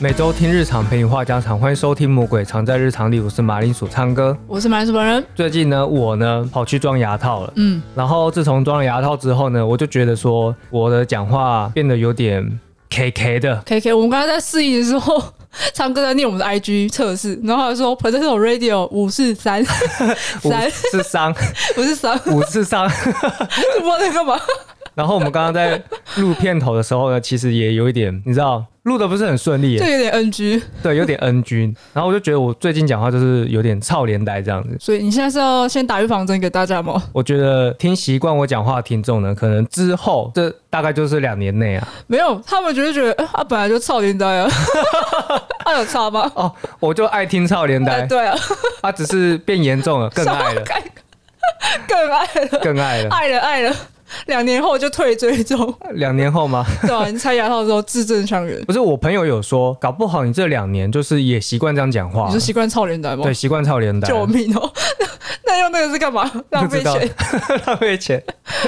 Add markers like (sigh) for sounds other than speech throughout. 每周听日常，陪你话家常，欢迎收听《魔鬼藏在日常里》。我是马铃薯唱歌。我是马来西本人。最近呢，我呢跑去装牙套了。嗯，然后自从装了牙套之后呢，我就觉得说我的讲话变得有点 K K 的。 K K，我们刚刚在试音的时候， (laughs) 唱歌在念我们的 I G 测试，然后他说 Potential Radio 五四三 (laughs) 五 (laughs) 三次伤，不是三， (laughs) 五次伤。不知道在干嘛。 (laughs) 然后我们刚刚在录片头的时候呢，其实也有一点，你知道，录的不是很顺利耶这，有点 NG，对，有点 NG。然后我就觉得我最近讲话就是有点操连带这样子。所以你现在是要先打预防针给大家吗？我觉得听习惯我讲话的听众呢，可能之后这大概就是两年内啊，没有，他们就会觉得，呃、啊，本来就操连呆啊， (laughs) 啊有差吗？哦，我就爱听操连哎，带，对啊，他、只是变严重了，更爱了，更爱了，更爱了。爱了爱了，两年后就退 (laughs) 追踪，两年后吗？对啊吧、你拆牙套之后字正腔圆，不是，我朋友有说，搞不好你这两年就是也习惯这样讲话你是，习惯操连呆吗对，？习惯操连带，救命哦！ (laughs) 那那用那个是干嘛？浪不费知道钱。浪费钱。 (laughs)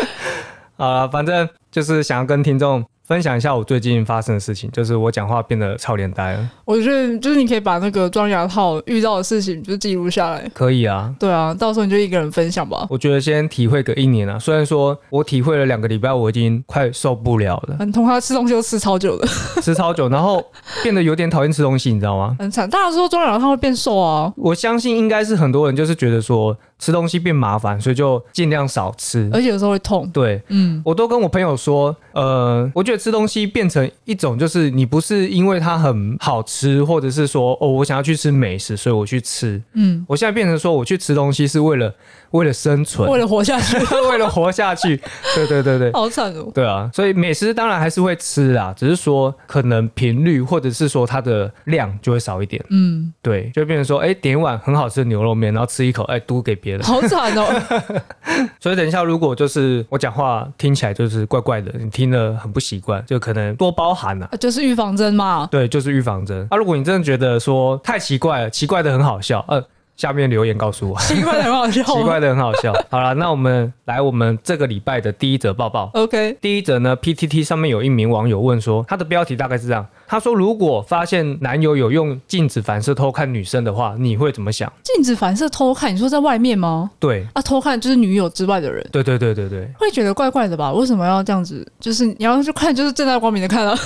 好了，反正就是想要跟听众分享一下我最近发生的事情，就是我讲话变得超连带了。我觉得就是你可以把那个装牙套遇到的事情就记录下来。可以啊，对啊，到时候你就一个人分享吧。我觉得先体会个一年啊。虽然说我体会了两个礼拜，我已经快受不了了，很痛，他吃东西都吃超久的，吃超久，然后变得有点讨厌吃东西，你知道吗？很惨。大家说装牙套会变瘦啊，我相信应该是很多人就是觉得说吃东西变麻烦，所以就尽量少吃。而且有时候会痛。对，嗯，我都跟我朋友说，呃，我觉得吃东西变成一种，就是你不是因为它很好吃，或者是说哦，我想要去吃美食，所以我去吃。嗯，我现在变成说，我去吃东西是为了为了生存， (laughs) 为了活下去，为了活下去。对对对对。好惨哦。对啊，所以美食当然还是会吃啦，只是说可能频率或者是说它的量就会少一点。嗯，对，就变成说，哎、点一碗很好吃的牛肉面，然后吃一口，哎、嘟给别人。好惨哦。 (laughs) 所以等一下，如果就是我讲话听起来就是怪怪的，你听了很不习惯，就可能多包涵啊。就是预防针嘛，对，就是预防针。啊，如果你真的觉得说太奇怪了，奇怪的很好笑，呃，下面留言告诉我，奇怪的很好笑。奇怪的很好笑。好了，那我们来我们这个礼拜的第一则报报。 OK，第一则呢，PTT 上面有一名网友问说，他的标题大概是这样，他说如果发现男友有用镜子反射偷看女生的话，你会怎么想？镜子反射偷看，你说在外面吗？对，啊，偷看就是女友之外的人。对对对对对，会觉得怪怪的吧？为什么要这样子？就是你要去看，就是正大光明的看啊。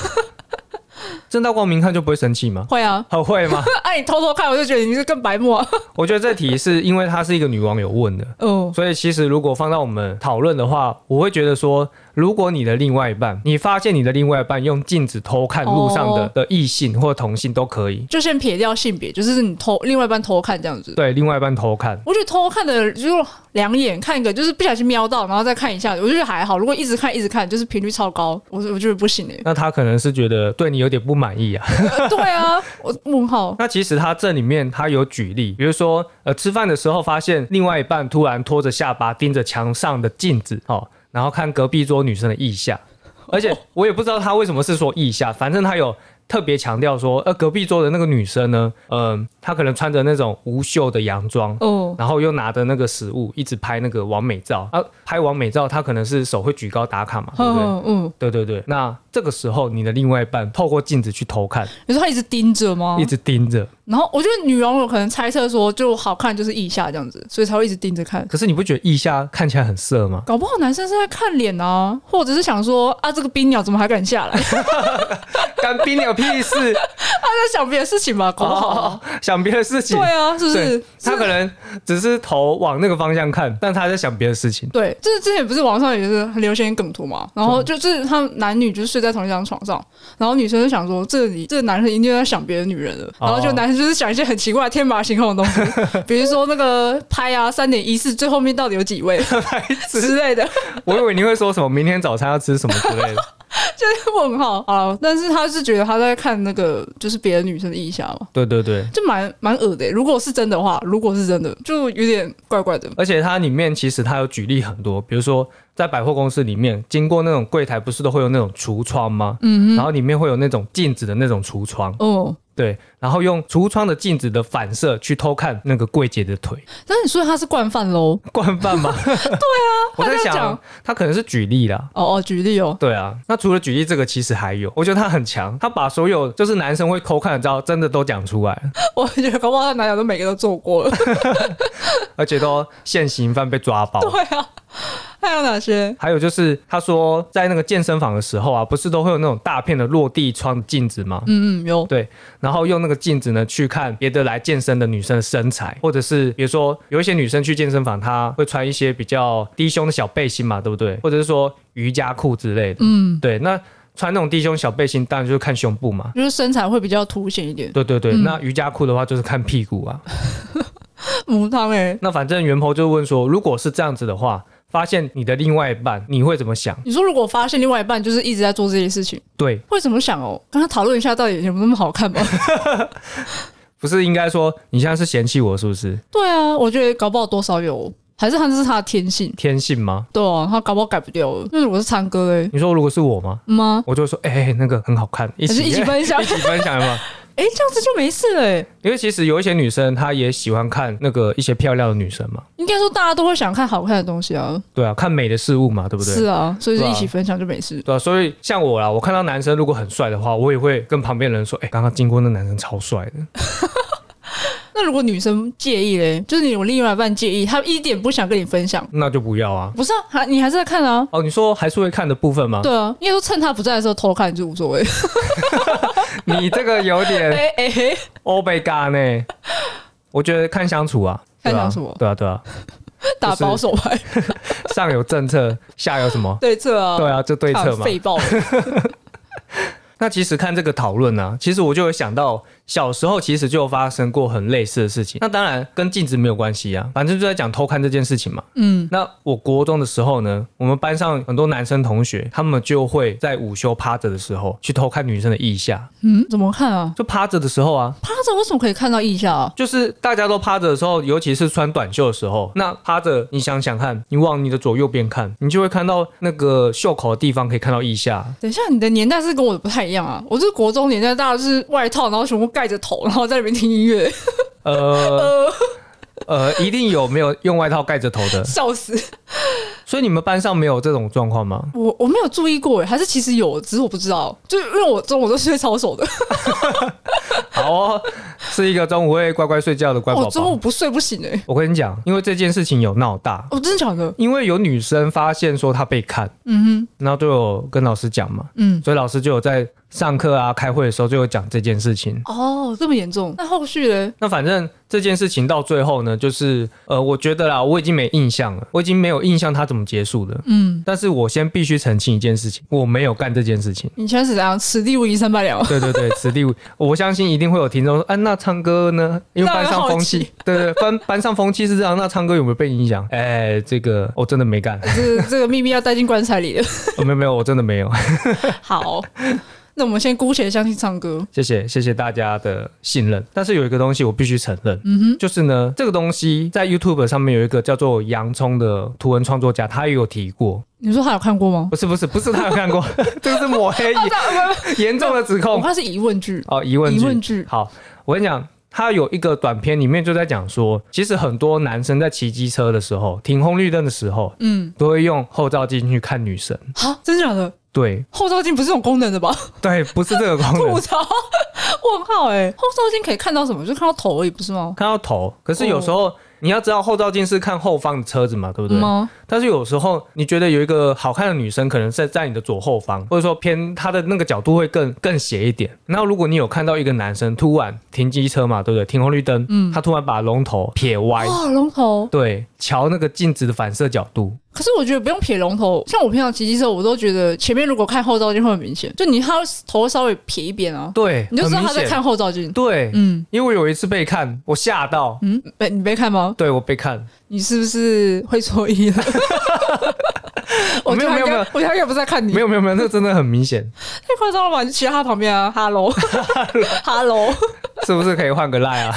正大光明看就不会生气 (laughs) 吗？会啊，很哦会吗？哎、你偷偷看，我就觉得你是更白目啊。我觉得这题是因为她是一个女网友问的，哦，所以其实如果放到我们讨论的话，我会觉得说，如果你的另外一半，你发现你的另外一半用镜子偷看路上的、哦的异性或同性都可以， (laughs) 就先撇掉性别，就是你偷另外一半偷看这样子。对另外一半偷看，我觉得偷看的就两眼看一个，就是不小心瞄到，然后再看一下，我就觉得还好。如果一直看一直看，就是频率超高，我我觉得不行哎、那他可能是觉得对你有点不满意啊。呃 (laughs) 对啊，我问号。那其实他这里面他有举例，比如说呃吃饭的时候发现另外一半突然拖着下巴盯着墙上的镜子哦，然后看隔壁桌女生的腋下，而且我也不知道他为什么是说腋下，反正他有。特别强调说，呃，隔壁桌的那个女生呢，嗯、她可能穿着那种无袖的洋装，哦，然后又拿着那个食物一直拍那个完美照啊，拍完美照，她可能是手会举高打卡嘛，对不对？嗯嗯，对对对。那这个时候，你的另外一半透过镜子去偷看，你说他一直盯着吗一？直盯着，然后我觉得女网友可能猜测说，就好看就是腋下这样子，所以才会一直盯着看。可是你不觉得腋下看起来很色吗？搞不好男生是在看脸啊，或者是想说啊，这个冰鸟怎么还敢下来？ (laughs) 他 (laughs) 干冰鸟屁事！在想别的事情吧，搞不好。 (laughs) 哦，想别的事情对。 (laughs) 啊，是不是对？他可能只是头往那个方向看，但他在想别的事 (laughs) 情。对，就是之前不是网上也是很流行梗图嘛，然后就是他们男女就是睡在同一张床上，然后女生就想说这里这男生一定在想别的女人了，然后就男生就是想一些很奇怪的天马行空的东西，比如说那个拍啊三点一四最后面到底有 (laughs) 几位之类的， (laughs) 我以为你会说什么明天早餐要吃什么之类的。就是问号啊。但是他是觉得他在看那个就是别的女生的意下嘛， (laughs) 对对对，就蛮蛮恶的欸、如果是真的话，如果是真的，就有点怪怪的。而且它里面其实它有举例很多，比如说在百货公司里面，经过那种柜台不是都会有那种橱窗吗？嗯然后里面会有那种镜子的那种橱窗，哦，对，然后用橱窗的镜子的反射去偷看那个柜姐的腿，但是你说他是惯犯喽？惯犯 (laughs) 吗？对啊， (laughs) 我在他这样想讲，他可能是举例啦。哦哦，举例哦，对啊，那除了举例这个，其实还有，我觉得他很强，他把所有就是男生会偷看的照，真的都讲出来了，我觉得搞不好他男友都每个都做过了。而且都现行犯被抓包。对啊，还有哪些？还有就是，他说在那个健身房的时候啊，不是都会有那种大片的落地窗镜子吗？嗯嗯，有对，然后用那个镜子呢去看别的来健身的女生的身材，或者是比如说有一些女生去健身房，她会穿一些比较低胸的小背心嘛，对不对？或者是说瑜伽裤之类的。嗯，对，那穿那种低胸小背心，当然就是看胸部嘛。就是身材会比较凸显 (laughs) 一点。对对对，那瑜伽裤的话就是看屁股啊。 (laughs) 母汤哎，那反正袁婆就问说，如果是这样子的话，发现你的另外一半，你会怎么想？你说如果发现另外一半就是一直在做这些事情，对，会怎么想哦？跟他讨论一下到底有没有那么好看吧？不是应该说你现在是嫌弃我是不是？对啊，我觉得搞不好多少有，还是他是他的天性。天性吗？对啊，他搞不好改不掉了。那如果是唱歌嘞，你说如果是我吗？吗？我就会说，哎、那个很好看，一还是起一起 (laughs) 分享一？起分享嘛。哎、这样子就没事了欸。因为其实有一些女生，她也喜欢看那个一些漂亮的女生嘛，应该说大家都会想看好看的东西啊，对啊，看美的事物嘛，对不对？是啊，所以是对啊一起分享就没事。对啊，所以像我啦，我看到男生如果很帅的话，我也会跟旁边的人说，哎、刚刚经过那男生超帅的。那如果女生介意嘞，就是你有另外一半介意，她一点不想跟你分享，那就不要啊。不是啊，还你还是在看啊。哦，你说还是会看的部分吗？对啊，应该说趁她不在的时候偷看就无所谓。你这个有点 (laughs) 哎哎、哎欧贝嘎呢。我觉得看相处啊，看相对处啊哦，对啊对啊，打保守牌、上有政策，下有什么？ (laughs) 对策啊，对啊，就对策嘛。废爆了。那其实看这个讨论呢，其实我就有想到小时候其实就有发生过很类似的事情。那当然跟镜子没有关系啊，反正就在讲偷看这件事情嘛。 (laughs) 嗯，那我国中的时候呢，我们班上很多男生同学，他们就会在午休趴着的时候去偷看女生的腋下，嗯，怎么看啊？就趴着的时候啊。趴着为什么可以看到腋下啊？就是大家都趴着的时候，尤其是穿短袖的时候，那趴着，你想想看，你往你的左右边看，你就会看到那个袖口的地方可以看到腋下，等一下，你的年代是跟我的不太一样啊！我是国中年代，大家就是外套，然后全部盖着头，然后在里面听音乐，，呃呃，一定有没有用外套盖着头的笑死！所以你们班上没有这种状况吗？我我没有注意过耶，欸还是其实有，只是我不知道，就是因为我中午都睡超熟的，好哦， (laughs) 是一个中午会乖乖睡觉的乖宝我哦中午宝。不睡不行哎、我跟你讲，因为这件事情有闹大，我、哦真的假的？因为有女生发现说她被看，嗯哼，然后就有跟老师讲嘛，嗯，所以老师就有在上课啊、开会的时候就有讲这件事情。哦，这么严重？那后续嘞？那反正这件事情到最后呢，就是呃，我觉得啦，我已经没印象了，我已经没有印象它怎么结束的。嗯，但是我先必须澄清一件事情，我没有干这件事情。你现在是怎样？此地无银三百两。 (laughs) 对对对，此地无，我相信一定会有听众说，啊，那唱歌呢？因为班上风那很气好，对对，班班上风气是这样，那唱歌有没有被影响？哎，这个我真的没干， (laughs) 这 (laughs) 个这个秘密要带进棺材里了。哦没有没有，我真的没有。 (laughs) (laughs) 好，那我们先姑且相信唱歌。谢谢谢谢大家的信任，但是有一个东西我必须承认，就是呢，这个东西在 YouTube 上面有一个叫做洋葱的图文创作家，他也有提过，你说他有看过吗？不是不是不是他有看过， (laughs) 这是抹 (laughs) 黑严重的指我控看是疑问句，哦，疑问疑句，问句。好，我跟你讲，他有一个短片里面就在讲说，其实很多男生在骑机车的时候，停红绿灯的时候，嗯，都会用后照镜去看女生。好，啊真的假的？对后照镜不是这种功能 (laughs) 的吧？对，不是这个功吐 (laughs) 能，槽，问号哎、后照镜可以看到什么？就看到头而已，不是吗？看到头。可是有时哦候、你要知道，后照镜是看后方的车子嘛，对不对？吗？但是有时候你觉得有一个好看的女生，可能是在你的左后方，或者说偏她的那个角度会更更斜一点。然后如果你有看到一个男生突然停机车嘛，对不对？停红绿灯，嗯他突然把龙头撇歪。哇，龙头！对，瞧那个镜子的反射角度，可是我觉得不用撇龙头，像我平常骑机车，我都觉得前面如果看后照镜会很明显，就你他头稍微撇一边啊，对，你就知道很他明在显看。后照镜。对，嗯因为我有一次被看，我吓到，嗯，没你没看吗？对我被看，你是不是会错 (laughs) 意了？我觉得他没有没有应该没有我觉得他应该不是在看你，哎没有没有没有，那真的很明显， (laughs) 太夸张了吧？你就骑到他旁边啊，Hello，Hello， (laughs) 是不是可以换个赖啊？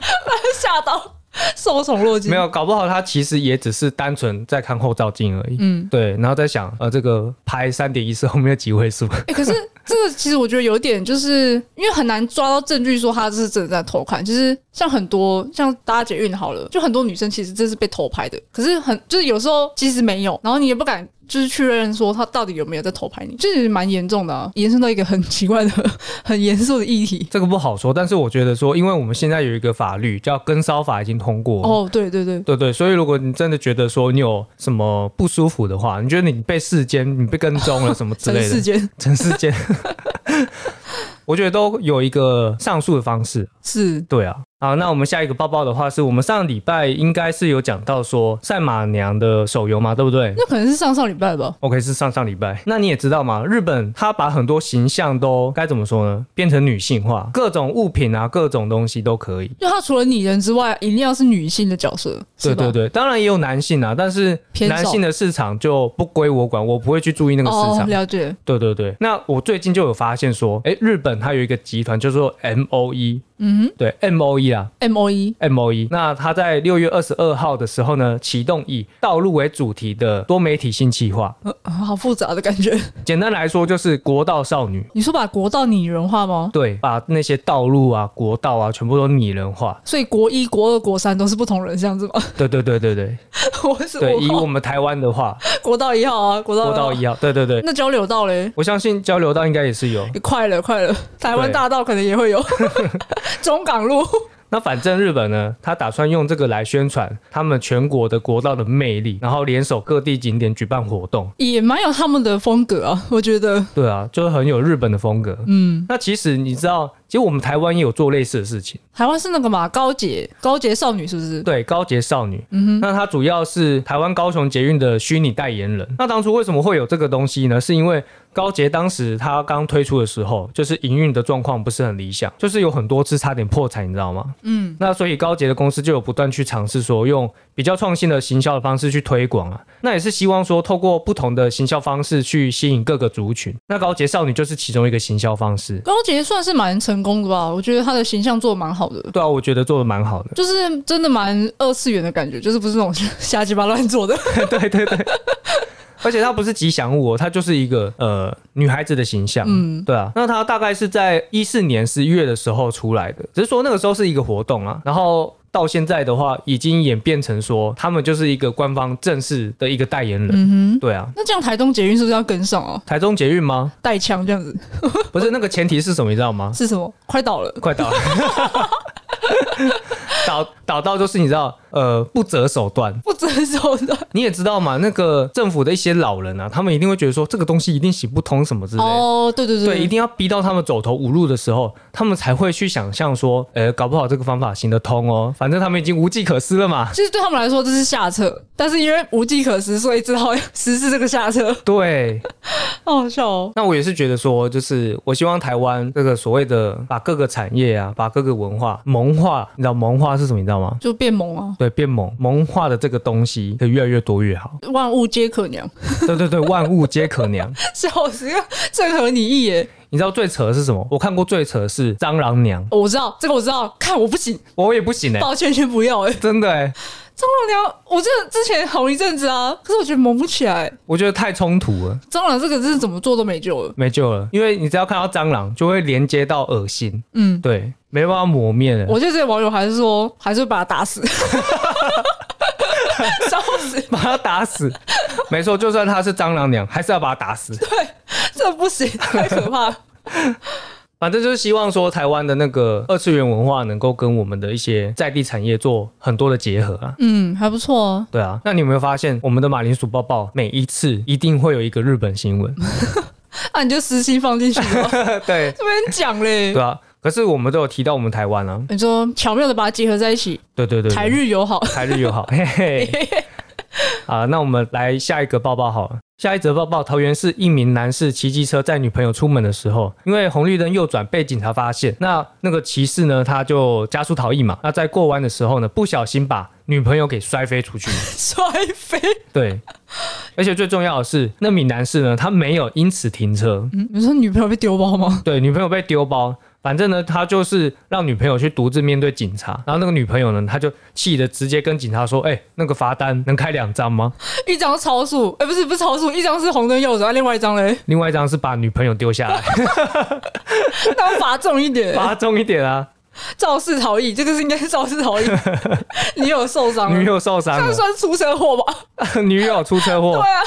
(laughs) 吓到受宠若惊。没有，搞不好他其实也只是单纯在看后照镜而已。嗯，对，然后在想，呃，这个拍三点一四后面的几位数， (laughs) 哎、可是这个其实我觉得有点，就是因为很难抓到证据说他这是真的在偷看。其实像很多像搭捷运好了，就很多女生其实这是被偷拍的，可是很就是有时候其实没有，然后你也不敢。就是确认说他到底有没有在偷拍你，这是蛮严重的啊，延伸到一个很奇怪的、 (laughs) 很严肃的议题。这个不好说，但是我觉得说，因为我们现在有一个法律叫《跟骚法》已经通过了，哦，对对对，对对，所以如果你真的觉得说你有什么不舒服的话，你觉得你被视奸，你被跟踪了什么 (laughs) 之尘类世的，间陈世奸， (laughs) 我觉得都有一个上诉的方式。是对啊，好，那我们下一个抱抱的话是我们上礼拜应该是有讲到说赛马娘的手游嘛，对不对那可能是上上礼拜吧。 ？OK，是上上礼拜。那你也知道嘛，日本它把很多形象都该怎么说呢？变成女性化，各种物品啊，各种东西都可以。就他除了拟人之外，一定要是女性的角色，对是吧对对，当然也有男性啊，但是偏少男性的市场就不归我管，我不会去注意那个市哦，场。了解，对对对，那我最近就有发现说，诶，日本它有一个集团叫做 M O E，嗯对 M O E 啊，M O E， M O E。那它在六月二十二号的时候呢，启动以道路为主题的多媒体新企划。呃好复杂的感觉。 (laughs) 简单来说，就是国道少女，你说把国道拟人化吗？对，把那些道路啊、国道啊，全部都拟人化。所以国一、国二、国三都是不同人，这样子吗？ (laughs) 对对对对对我是对，以 (laughs) 我我们台湾的 (laughs) 话，国道一号啊，国道国道一号，一号，对对对，那交流道嘞？我相信交流道应该也是有。快了，快了！台湾对大道可能也 (laughs) 会有，中港路那反正日本呢，他打算用这个来宣传他们全国的国道的魅力，然后联手各地景点举办活动。也蛮有他们的风格啊，我觉得。对啊，就是很有日本的风格。嗯，那其实你知道，其实我们台湾也有做类似的事情，台湾是那个嘛，高捷高捷少女是不是？对高捷少女，嗯、那她主要是台湾高雄捷运的虚拟代言人。那当初为什么会有这个东西呢？是因为高捷当时它刚推出的时候，就是营运的状况不是很理想，就是有很多次差点破产，你知道吗？嗯，那所以高捷的公司就有不断去尝试说用比较创新的行销的方式去推广啊，那也是希望说透过不同的行销方式去吸引各个族群。那高捷少女就是其中一个行销方式。高捷算是蛮成功的吧，我觉得她的形象做的蛮好的。对啊，我觉得做的蛮好的。就是真的蛮二次元的感觉，就是不是那种 (laughs) 瞎鸡巴乱做的。 (laughs) (laughs) 对对对，而且它不是吉祥物、哦，它就是一个呃女孩子的形象。嗯，对啊。那它大概是在一四年十一月的时候出来的，只是说那个时候是一个活动啊，然后。到现在的话，已经演变成说，他们就是一个官方正式的一个代言人。嗯对啊，那这样台东捷运是不是要跟上啊？台中捷运吗？带枪这样子不是，那个前提是什么，你知道吗？是什么？快倒了，快倒了， (laughs) 倒倒到就是你知道，呃，不择手段，不择手段。你也知道嘛，那个政府的一些老人啊，他们一定会觉得说这个东西一定行不通什么之类的。哦，对对对，对，一定要逼到他们走投无路的时候，他们才会去想象说，呃，搞不好这个方法行得通哦。反正他们已经无计可施了 (laughs) 嘛。其实对他们来说这是下策，但是因为无计可施，所以只好 (laughs) 实施这个下策。对，好好笑哦！那我也是觉得说，就是我希望台湾这个所谓的把各个产业啊，把各个文化萌化，你知道萌化是什么？你知道吗？就变萌啊，对，变萌萌化的这个东西可以越来越多越好。万物皆可娘， (laughs) 对对对，万物皆可娘。笑死，正合你意耶！你知道最扯的是什么？我看过最扯的是蟑螂娘，哦我知道这个，我知道，看我不行，我也不行哎、抱歉，先不要哎。 (laughs) 真的哎、蟑螂娘，我这之前红一阵子啊，可是我觉得萌不起来。我觉得太冲突了，蟑螂这个真是怎么做都没救了。没救了。因为你只要看到蟑螂，就会连接到恶心，嗯，对，没办法磨灭了。我觉得这些网友还是说，还是会把他打 (laughs) 死，笑死， (laughs) 把它打死，没错，就算它是蟑螂娘，还是要把它打死。这不行，太可怕了。反正就是希望说，台湾的那个二次元文化能够跟我们的一些在地产业做很多的结合啊。嗯，还不错啊。对啊，那你有没有发现，我们的马铃薯抱抱每一次一定会有一个日本新 (laughs) 闻？啊，你就私信放进去 (laughs) 吧，对，这边讲嘞对。啊。可是我们都有提到我们台湾啊，你说巧妙的把它结合在一起，对对对对台日友好。台日友好，嘿嘿。啊，那我们来下一个抱抱好了。下一则抱抱，桃园市一名男士骑机车载女朋友出门的时候，因为红绿灯右转被警察发现，那那个骑士呢，他就加速逃逸嘛。那在过弯的时候呢，不小心把女朋友给摔飞出去。摔飞，对，而且最重要的是，那名男士呢，他没有因此停车，嗯，你说女朋友被丢包吗？对，女朋友被丢包。反正呢，他就是让女朋友去独自面对警察，然后那个女朋友呢，他就气的直接跟警察说：“哎、那个罚单能开两张吗一张超速，哎、不是不是超速，一张是红灯右转，啊另外一张嘞，？”另外一张是把女朋友丢下来， (laughs) 那我罚重一点，罚重一点啊，肇事逃逸，这个是应该是肇事 (laughs) 逃逸。你有受伤女吗？友受伤那了，算出车祸吧？女友出车祸 (laughs) 对，啊，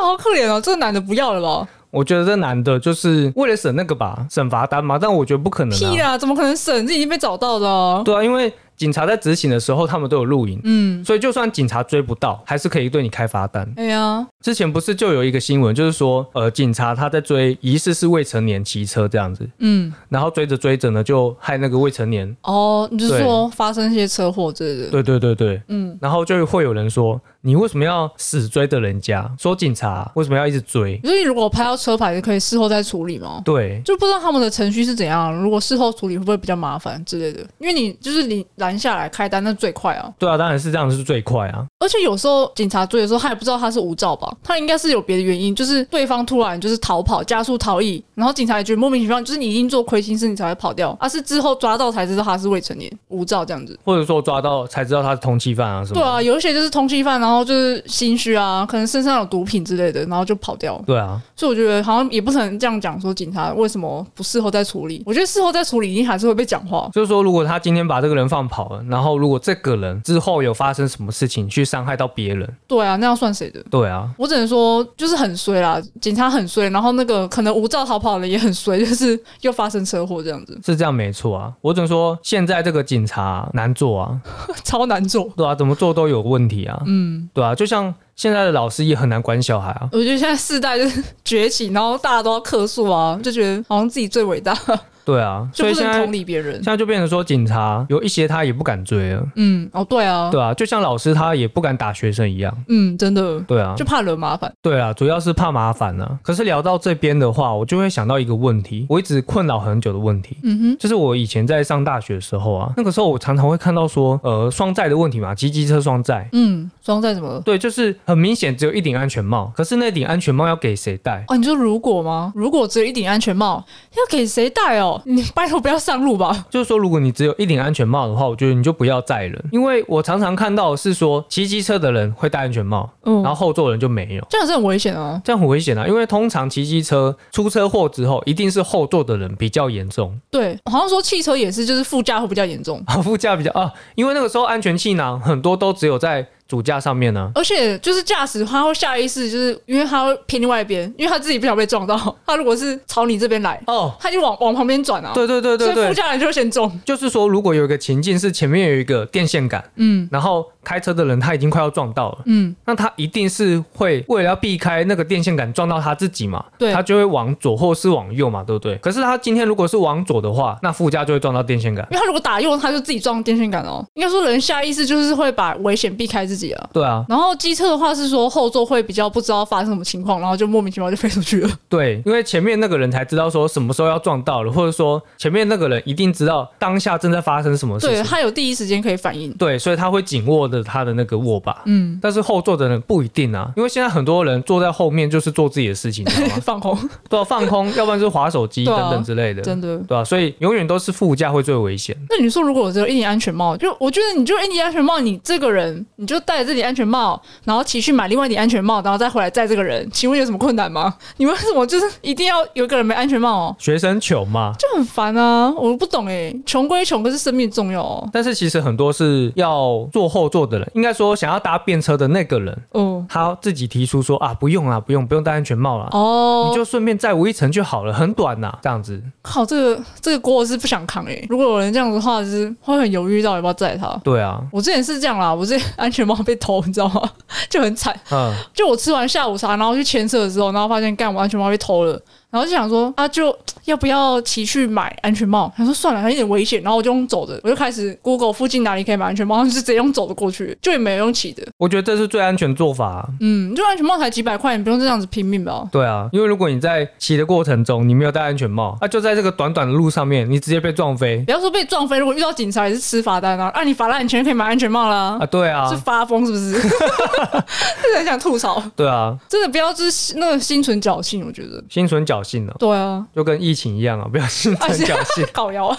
哇，好可怜哦，这个男的不要了吧？我觉得这男的就是为了省那个吧，省罚单嘛，但我觉得不可能屁啊，啦，怎么可能省？这已经被找到了啊、对啊，因为警察在执行的时候，他们都有录影，嗯，所以就算警察追不到，还是可以对你开罚单。哎呀，之前不是就有一个新闻，就是说，呃，警察他在追疑似是未成年骑车这样子，嗯，然后追着追着呢，就害那个未成年。哦，你就是说发生一些车祸之类的，对对对对，嗯，然后就会有人说，你为什么要死追着人家？说警察为什么要一直追？所以如果拍到车牌，可以事后再处理吗？对就不知道他们的程序是怎样，如果事后处理会不会比较麻烦之类的？因为你就是你拦下来开单，那最快啊。对啊，当然是这样是最快啊。而且有时候警察追的时候，他也不知道他是无照吧？他应该是有别的原因，就是对方突然就是逃跑、加速逃逸，然后警察也觉得莫名其妙，就是你已经做亏心事，你才会跑掉，啊而、是之后抓到才知道他是未成年无照这样子。或者说抓到才知道他是通缉犯啊什么对的？啊，有一些就是通缉犯，然后就是心虚啊，可能身上有毒品之类的，然后就跑掉。对啊，所以我觉得好像也不能这样讲，说警察为什么不事后再处理？我觉得事后再处理，一定还是会被讲话。就是说，如果他今天把这个人放跑了，然后如果这个人之后有发生什么事情去伤害到别人，对啊，那要算谁的？对啊，我只能说，就是很衰啦，警察很衰，然后那个可能无照逃跑的也很衰， (laughs) 就是又发生车祸这样子， (laughs) 是这样没错啊。我只能说，现在这个警察难做啊，超难做。对啊，怎么做都有问题啊，嗯，对啊，就像现在的老师也很难管小孩啊，我觉得现在世代就是崛起，然后大家都要克诉啊，就觉得好像自己最伟大，对啊，就所以不现能在同理别人现。在就变成说，警察有一些他也不敢追了，嗯，哦，对啊，对啊，就像老师他也不敢打学生一样。嗯，真的对啊就，怕惹麻烦。对啊，主要是怕麻烦啊。可是聊到这边的话，我就会想到一个问题，我一直困扰很久的问题，嗯哼，就是我以前在上大学的时候啊，那个时候我常常会看到说，呃，双载的问题嘛，骑机车双载，嗯，双在什么？对，就是很明显只有一顶安全帽，可是那顶安全帽要给谁戴？哦，你说如果吗？如果只有一顶安全帽，要给谁戴哦？你拜托不要上路吧。就是说，如果你只有一顶安全帽的话，我觉得你就不要载人，因为我常常看到的是说，骑机车的人会戴安全帽，嗯然，后后座人就没有。这样是很危险啊。这样很危险啊，因为通常骑机车出车祸之后，一定是后座的人比较严重，对，好像说汽车也是，就是副驾会比较严重。啊，副驾比较啊，因为那个时候安全气囊很多都只有在主驾上面啊呢、而且就是驾驶，他会下意识，就是因为他会偏另外一边，因为他自己不想被撞到。他如果是朝你这边来，哦，他就往往旁边转啊。对对对对所以副对，驾人就会先中。就是说，如果有一个情境是前面有一个电线杆，嗯然后开车的人他已经快要撞到了。嗯，那他一定是会为了要避开那个电线杆撞到他自己嘛，对他就会往左或是往右嘛，对不对？可是他今天如果是往左的话，那副驾就会撞到电线杆。因为他如果打右，他就自己撞电线杆哦。应该说人下意识就是会把危险避开自己啊。对啊，然后机车的话是说后座会比较不知道发生什么情况，然后就莫名其妙就飞 (laughs) 出去了。对，因为前面那个人才知道说什么时候要撞到了，或者说前面那个人一定知道当下正在发生什么事对情，他有第一时间可以反应。对，所以他会紧握着他的那个握把。嗯，？但是后座的人不一定啊，因为现在很多人坐在后面就是做自己的事情，你知道吗 (laughs) 放空，对啊，放 (laughs) 空，要不然就是划手机对啊等等之类的，真的。对啊，所以永远都是副驾会最危险。那你说，如果我只有一顶安全帽，就我觉得你就一顶安全帽，你这个人你就戴着这顶安全帽，然后骑去买另外一顶安全帽，然后再回来戴这个人，请问有什么困难吗？ (laughs) 你为什么就是一定要有一个人没安全帽哦？学生穷嘛， (laughs) 就很烦啊！我不懂诶，穷归穷，可是生命重要哦。但是其实很多是要坐后座的人，应该说想要搭便车的那个人，哦他自己提出说啊，不用啊，不用，不用戴安全帽啦，哦，你就顺便载我一程就好了，很短呐、这样子。靠这个这个锅我是不想扛诶。欸如果有人这样子的话，就是会很犹豫到底要不要载他。对啊，我之前是这样啦，我之前安全帽被偷，你知道吗？就很惨。嗯，就我吃完下午茶，然后去牵车的时候，然后发现干我安全帽被偷了，然后就想说啊，就要不要骑去买安全帽？想说算了，还有点危险，然后我就用走的，我就开始 Google 附近哪里可以买安全帽，然后就直接用走的过去，就也没有用骑的。我觉得这是最安全做法啊、嗯，就安全帽才几百块，你不用这样子拼命吧？对啊，因为如果你在骑的过程中，你没有戴安全帽，啊那、就在这个短短的路上面，你直接被撞飞不要说被撞飞，如果遇到警察也是吃罚单啊，啊，你罚单你钱可以买安全帽啦。啊！对啊是，发疯是不是？ (laughs) 真的很想吐槽，对啊，真的不要就是那个心存侥幸，我觉得心存侥信了，对啊，就跟疫情一样啊，不要信真侥幸。搞摇， (laughs)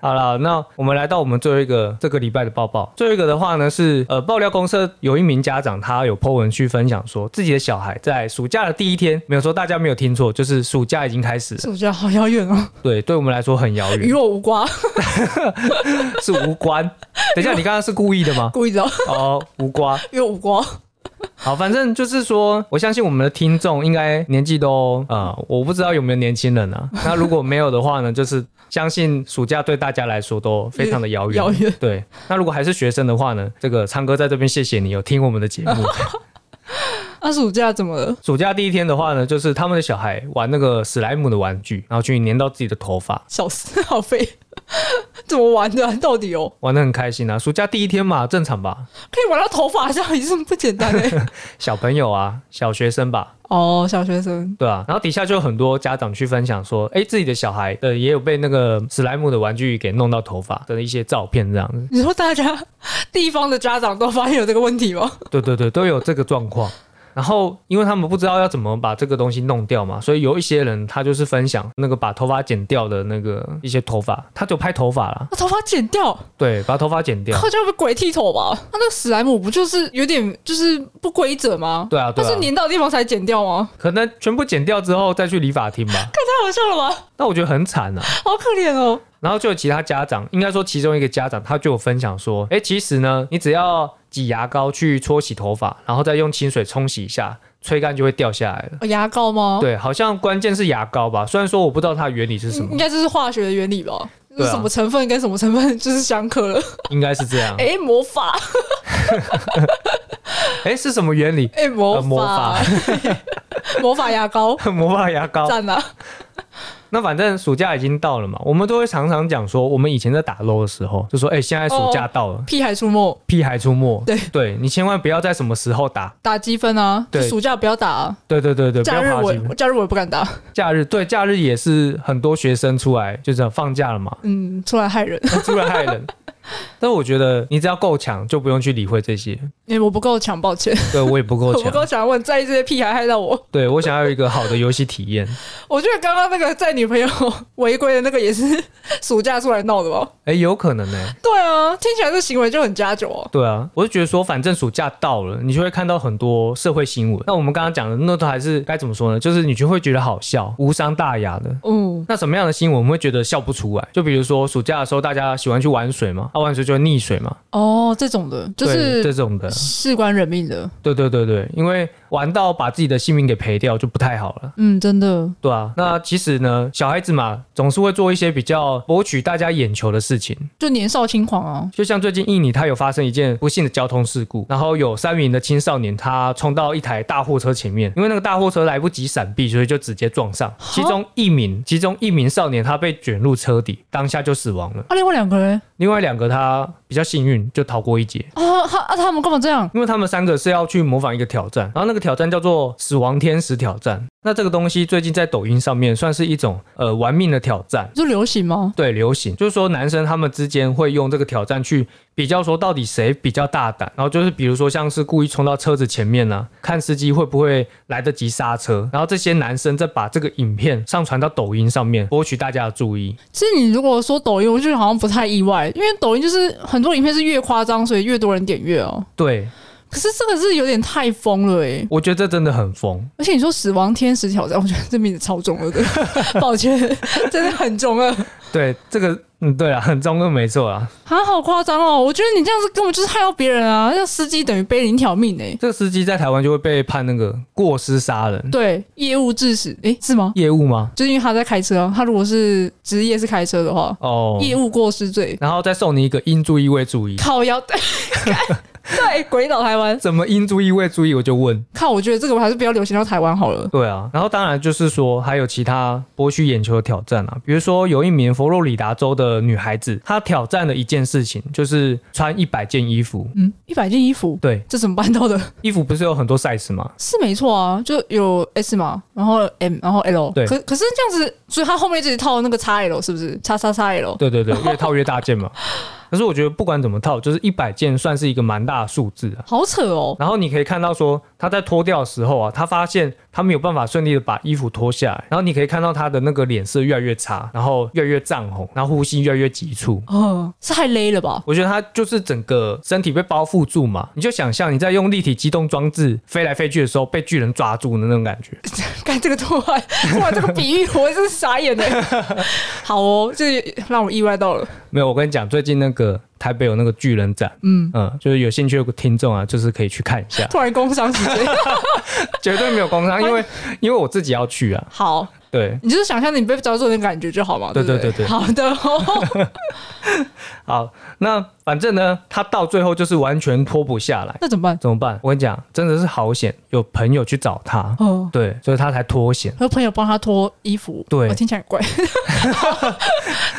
好了，那我们来到我们最后一个这个礼拜的报报。最后一个的话呢是，呃，爆料公社有一名家长他有 po 文去分享说，自己的小孩在暑假的第一天，没有说大家没有听错，就是暑假已经开始了。暑假好遥远哦，对，对我们来说很遥与远，我无关，是无关。等一下，你刚刚是故意的 (laughs) 吗？故意的，哦，无关。与我无关。好，反正就是说，我相信我们的听众应该年纪都呃，我不知道有没有年轻人啊。那如果没有的话呢，就是相信暑假对大家来说都非常的遥远。遥远对，那如果还是学生的话呢，这个昌哥在这边谢谢你有听我们的节目。那啊暑假怎么了？暑假第一天的话呢，就是他们的小孩玩那个史莱姆的玩具，然后去粘到自己的头发，小死 (laughs) 好废，怎么玩的啊、到底哦，玩的很开心啊。暑假第一天嘛，正常吧？可以玩到头发上，已经不简单嘞。小朋友啊，小学生吧， (laughs) 哦，小学生，对啊，然后底下就有很多家长去分享说，哎，自己的小孩呃也有被那个史莱姆的玩具给弄到头发的一些照片这样子。你说大家地方的家长都发现有这个问题吗？对对对，都有这个状况。然后，因为他们不知道要怎么把这个东西弄掉嘛，所以有一些人他就是分享那个把头发剪掉的那个一些头发，他就拍头发啦，啊把头发剪掉，对，啊把头发剪掉。靠，这样不鬼剃头吧？他那个史莱姆不就是有点就是不规则吗？对啊，它对是啊，粘到的地方才剪掉吗？可能全部剪掉之后再去理发厅吧。太好笑了吧，那我觉得很惨啊。好可怜哦。然后就有其他家长，应该说其中一个家长，他就有分享说，哎，其实呢，你只要挤牙膏去搓洗头发，然后再用清水冲洗一下，吹干就会掉下来了。哦牙膏吗？对，好像关键是牙膏吧，虽然说我不知道它的原理是什应么应，该就是化学的原理吧？就对啊哦是什么成分跟什么成分就是相克了。 (laughs) 应该是这样。哎、魔法，哎，是什么原理？哎、魔呃魔法， (laughs) 魔法牙膏， (laughs) 魔法牙膏。赞啊啦、那反正暑假已经到了嘛，我们都会常常讲说，我们以前在打 LO 的时候，就说，哎，现在暑假到了，屁孩出没，屁孩出没。哦对对你千万不要在什么时候打。打积分啊！对就暑假不要打、啊，对对对对，不假要日爬我行我假日我也不敢打，假日对假日也是很多学生出来就是放假了 (laughs) 嘛，嗯，出来害人。 (laughs) 出来害人。但我觉得你只要够强，就不用去理会这些。哎、我不够强，抱歉，对我也不够 (laughs) 我不强，够强，我很在意这些屁孩害到我。对我想要有一个好的游戏体验。我觉得刚刚那个在女朋友 (laughs) 违规的那个也是 (laughs) 暑假出来闹的吧？哎，有可能呢、对啊，听起来这行为就很加酒哦、对啊，我就觉得说，反正暑假到了，你就会看到很多社会新闻。那我们刚刚讲的，那都还是该怎么说呢？就是你就会觉得好笑，无伤大雅的。嗯，那什么样的新闻我们会觉得笑不出来？就比如说暑假的时候，大家喜欢去玩水嘛，啊，玩水就会溺水嘛，哦，这种的，就对这是种的，事关人命的，对对对对，因为玩到把自己的性命给赔掉就不太好了。嗯，真的，对啊，那其实呢，小孩子嘛，总是会做一些比较博取大家眼球的事情。就年少轻狂啊，就像最近印尼，它有发生一件不幸的交通事故，然后有三名的青少年他冲到一台大货车前面，因为那个大货车来不及闪避，所以就直接撞上。其中一名，其中一名少年他被卷入车底，当下就死亡了。啊，另外两个人另外两个他比较幸运，就逃过一劫。啊，他啊，他们干嘛这样？因为他们三个是要去模仿一个挑战，然后那个挑战叫做“死亡天使挑战”。那这个东西最近在抖音上面算是一种呃玩命的挑战，就流行吗？对，流行就是说男生他们之间会用这个挑战去比较，说到底谁比较大胆。然后就是比如说像是故意冲到车子前面呢、看司机会不会来得及刹车。然后这些男生再把这个影片上传到抖音上面，博取大家的注意。其实你如果说抖音，我就好像不太意外，因为抖音就是很多影片是越夸张，所以越多人点阅哦。对，可是这个是有点太疯了诶、我觉得这真的很疯。而且你说死亡天使挑战，我觉得这名字超中二的， (laughs) 抱歉，真的很中 (laughs) 二，对，这个嗯，对啊，很中二，没错啊。啊，好夸张哦！我觉得你这样子根本就是害到别人啊，那司机等于背了一条命诶、欸这个司机在台湾就会被判那个过失杀人对，业务致死，诶、是吗？业务吗？就是因为他在开车啊，他如果是职业是开车的话，哦，业务过失罪，然后再送你一个应注意未注意，靠腰， (laughs) 干对，鬼岛台湾，怎么应注意未注意？我就问。靠，我觉得这个我还是不要流行到台湾好了。对啊，然后当然就是说还有其他博取眼球的挑战啊，比如说有一名佛罗里达州的女孩子，她挑战了一件事情，就是穿一百件衣服。嗯，一百件衣服，对，这怎么办到的？衣服不是有很多 size 吗？ (laughs) 是没错啊，就有 S 嘛，然后 M，然后 L，对可可是这样子，所以他后面自己套那个 XL 是不是？叉叉叉 L，对对对，越套越大件嘛。可是我觉得不管怎么套，就是一百件算是一个蛮大的数字啊。好扯哦。然后你可以看到说，他在脱掉的时候啊，他发现他没有办法顺利的把衣服脱下来，然后你可以看到他的那个脸色越来越差，然后越来越涨红，然后呼吸越来越急促。哦，是太勒了吧？ (laughs) 我觉得他就是整个身体被包覆住嘛，你就想象你在用立体机动装置飞来飞去的时候被巨人抓住的那种感觉。看这个突然，突然这个比喻，我真是傻眼哎。 (laughs) 好哦，这让我意外到了。没有，我跟你讲，最近那个台北有那个巨人展，嗯嗯，就是有兴趣的听众啊，就是可以去看一下，突然工伤时间，绝对没有工伤，因为因为我自己要去啊，好，对。你就是想象你被抓住的感觉就好嘛。对对对不对对好的哦， (laughs) 好，那反正呢，他到最后就是完全脱不下来，那怎么办？怎么办？我跟你讲，真的是好险，有朋友去找他，哦，对，所以他才脱险。和朋友帮他脱衣服，哦对我听起来很怪， (laughs)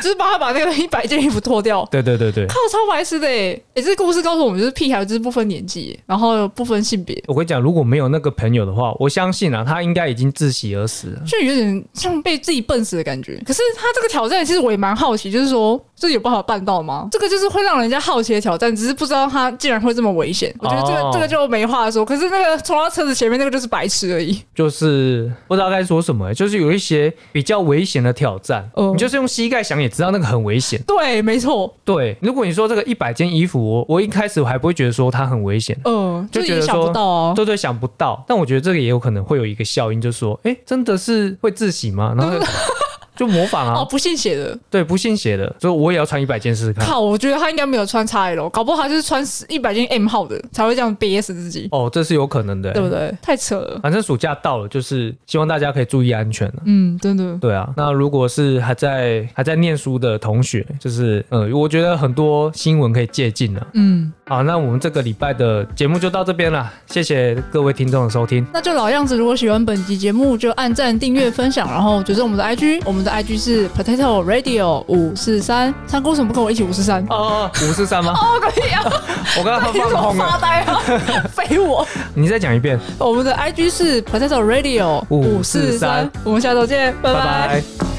就是帮他把那个一百件衣服脱掉。对对对对，靠，超白痴的哎！哎、这故事告诉我们，就是屁孩就是不分年纪，然后不分性别，我跟你讲，如果没有那个朋友的话，我相信啊，他应该已经窒息而死了。就有点像被自己笨死的感觉。可是他这个挑战，其实我也蛮好奇，就是说这有办法办到吗？这个就是会让人家好奇的挑战，只是不知道他竟然会这么危险。我觉得这个、哦这个就没话说。可是那个冲到车子前面那个就是白痴而已。就是不知道该说什么、就是有一些比较危险的挑战，哦你就是用膝盖想也知道那个很危险。对，没错，对，如果你说这个一百件衣服，我我一开始我还不会觉得说它很危险。嗯，就就觉得也想说不到啊。对对，想不到，但我觉得这个也有可能会有一个效应，就是说，哎，真的是会窒息吗？ (laughs) 然后就就模仿哦，啊，不信邪的，对，不信邪的，所以我也要穿一百件试试看。 (laughs) 靠！我觉得他应该没有穿 XL，搞不好他就是穿一百件 M 号的，才会这样憋死自己，哦，这是有可能的、对不对？太扯了，反正暑假到了，就是希望大家可以注意安全了、嗯，真的，对啊，那如果是还在还在念书的同学，就是呃，我觉得很多新闻可以借鉴了。嗯，好，那我们这个礼拜的节目就到这边了，谢谢各位听众的收听。那就老样子，如果喜欢本集节目，就按赞、订阅、分享，然后追踪我们的 IG，我们的 IG 是 Potato Radio 五四三，三姑为什么不跟我一起五四三？哦哦，五四三吗？哦，可以啊！我刚刚你怎放么空了发，呆 (laughs) 啊？肥我！你再讲一遍，我们的 IG 是 Potato Radio 543，我们下周见，拜拜拜拜。